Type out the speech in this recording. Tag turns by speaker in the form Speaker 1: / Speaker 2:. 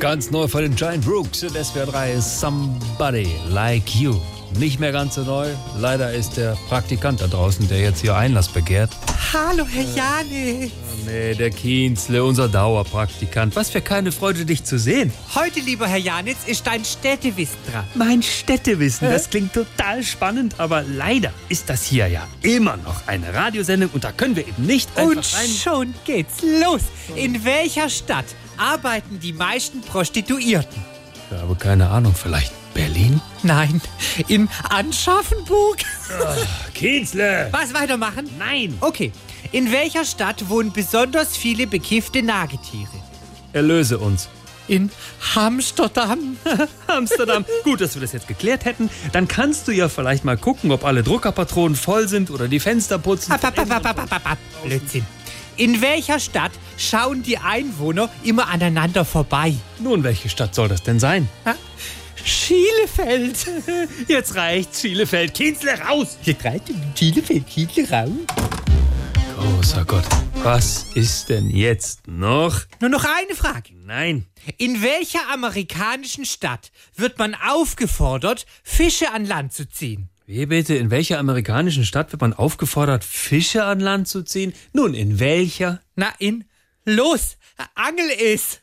Speaker 1: Ganz neu von den Giant Rooks in SWR3 ist Somebody Like You. Nicht mehr ganz so neu. Leider ist der Praktikant da draußen, der jetzt hier Einlass begehrt.
Speaker 2: Hallo, Herr Janich.
Speaker 1: Nee, der Kienzle, unser Dauerpraktikant. Was für keine Freude, dich zu sehen.
Speaker 2: Heute, lieber Herr Janitz, ist ein Städtewissen dran.
Speaker 1: Mein Städtewissen, das klingt total spannend, aber leider ist das hier ja immer noch eine Radiosendung und da können wir eben nicht einfach
Speaker 2: Und
Speaker 1: rein...
Speaker 2: schon geht's los. In welcher Stadt arbeiten die meisten Prostituierten?
Speaker 1: Ich habe keine Ahnung, vielleicht Berlin?
Speaker 2: Nein, in Anschaffenburg.
Speaker 1: Kienzle!
Speaker 2: Was weitermachen?
Speaker 1: Nein!
Speaker 2: Okay. In welcher Stadt wohnen besonders viele bekiffte Nagetiere?
Speaker 1: Erlöse uns.
Speaker 2: In Hamsterdam.
Speaker 1: Amsterdam. Gut, dass wir das jetzt geklärt hätten. Dann kannst du ja vielleicht mal gucken, ob alle Druckerpatronen voll sind oder die Fenster putzen.
Speaker 2: Ab, ab, ab, ab, ab, ab, ab, ab. Blödsinn. In welcher Stadt schauen die Einwohner immer aneinander vorbei?
Speaker 1: Nun, welche Stadt soll das denn sein?
Speaker 2: Schielefeld.
Speaker 1: Jetzt reicht's, Schielefeld. Kienzle raus!
Speaker 2: Hier greift Schielefeld, Schiele raus.
Speaker 1: Großer Gott. Was ist denn jetzt noch?
Speaker 2: Nur noch eine Frage.
Speaker 1: Nein.
Speaker 2: In welcher amerikanischen Stadt wird man aufgefordert, Fische an Land zu ziehen?
Speaker 1: Wie bitte, in welcher amerikanischen Stadt wird man aufgefordert, Fische an Land zu ziehen? Nun, in welcher?
Speaker 2: Na, in Los, Angel ist.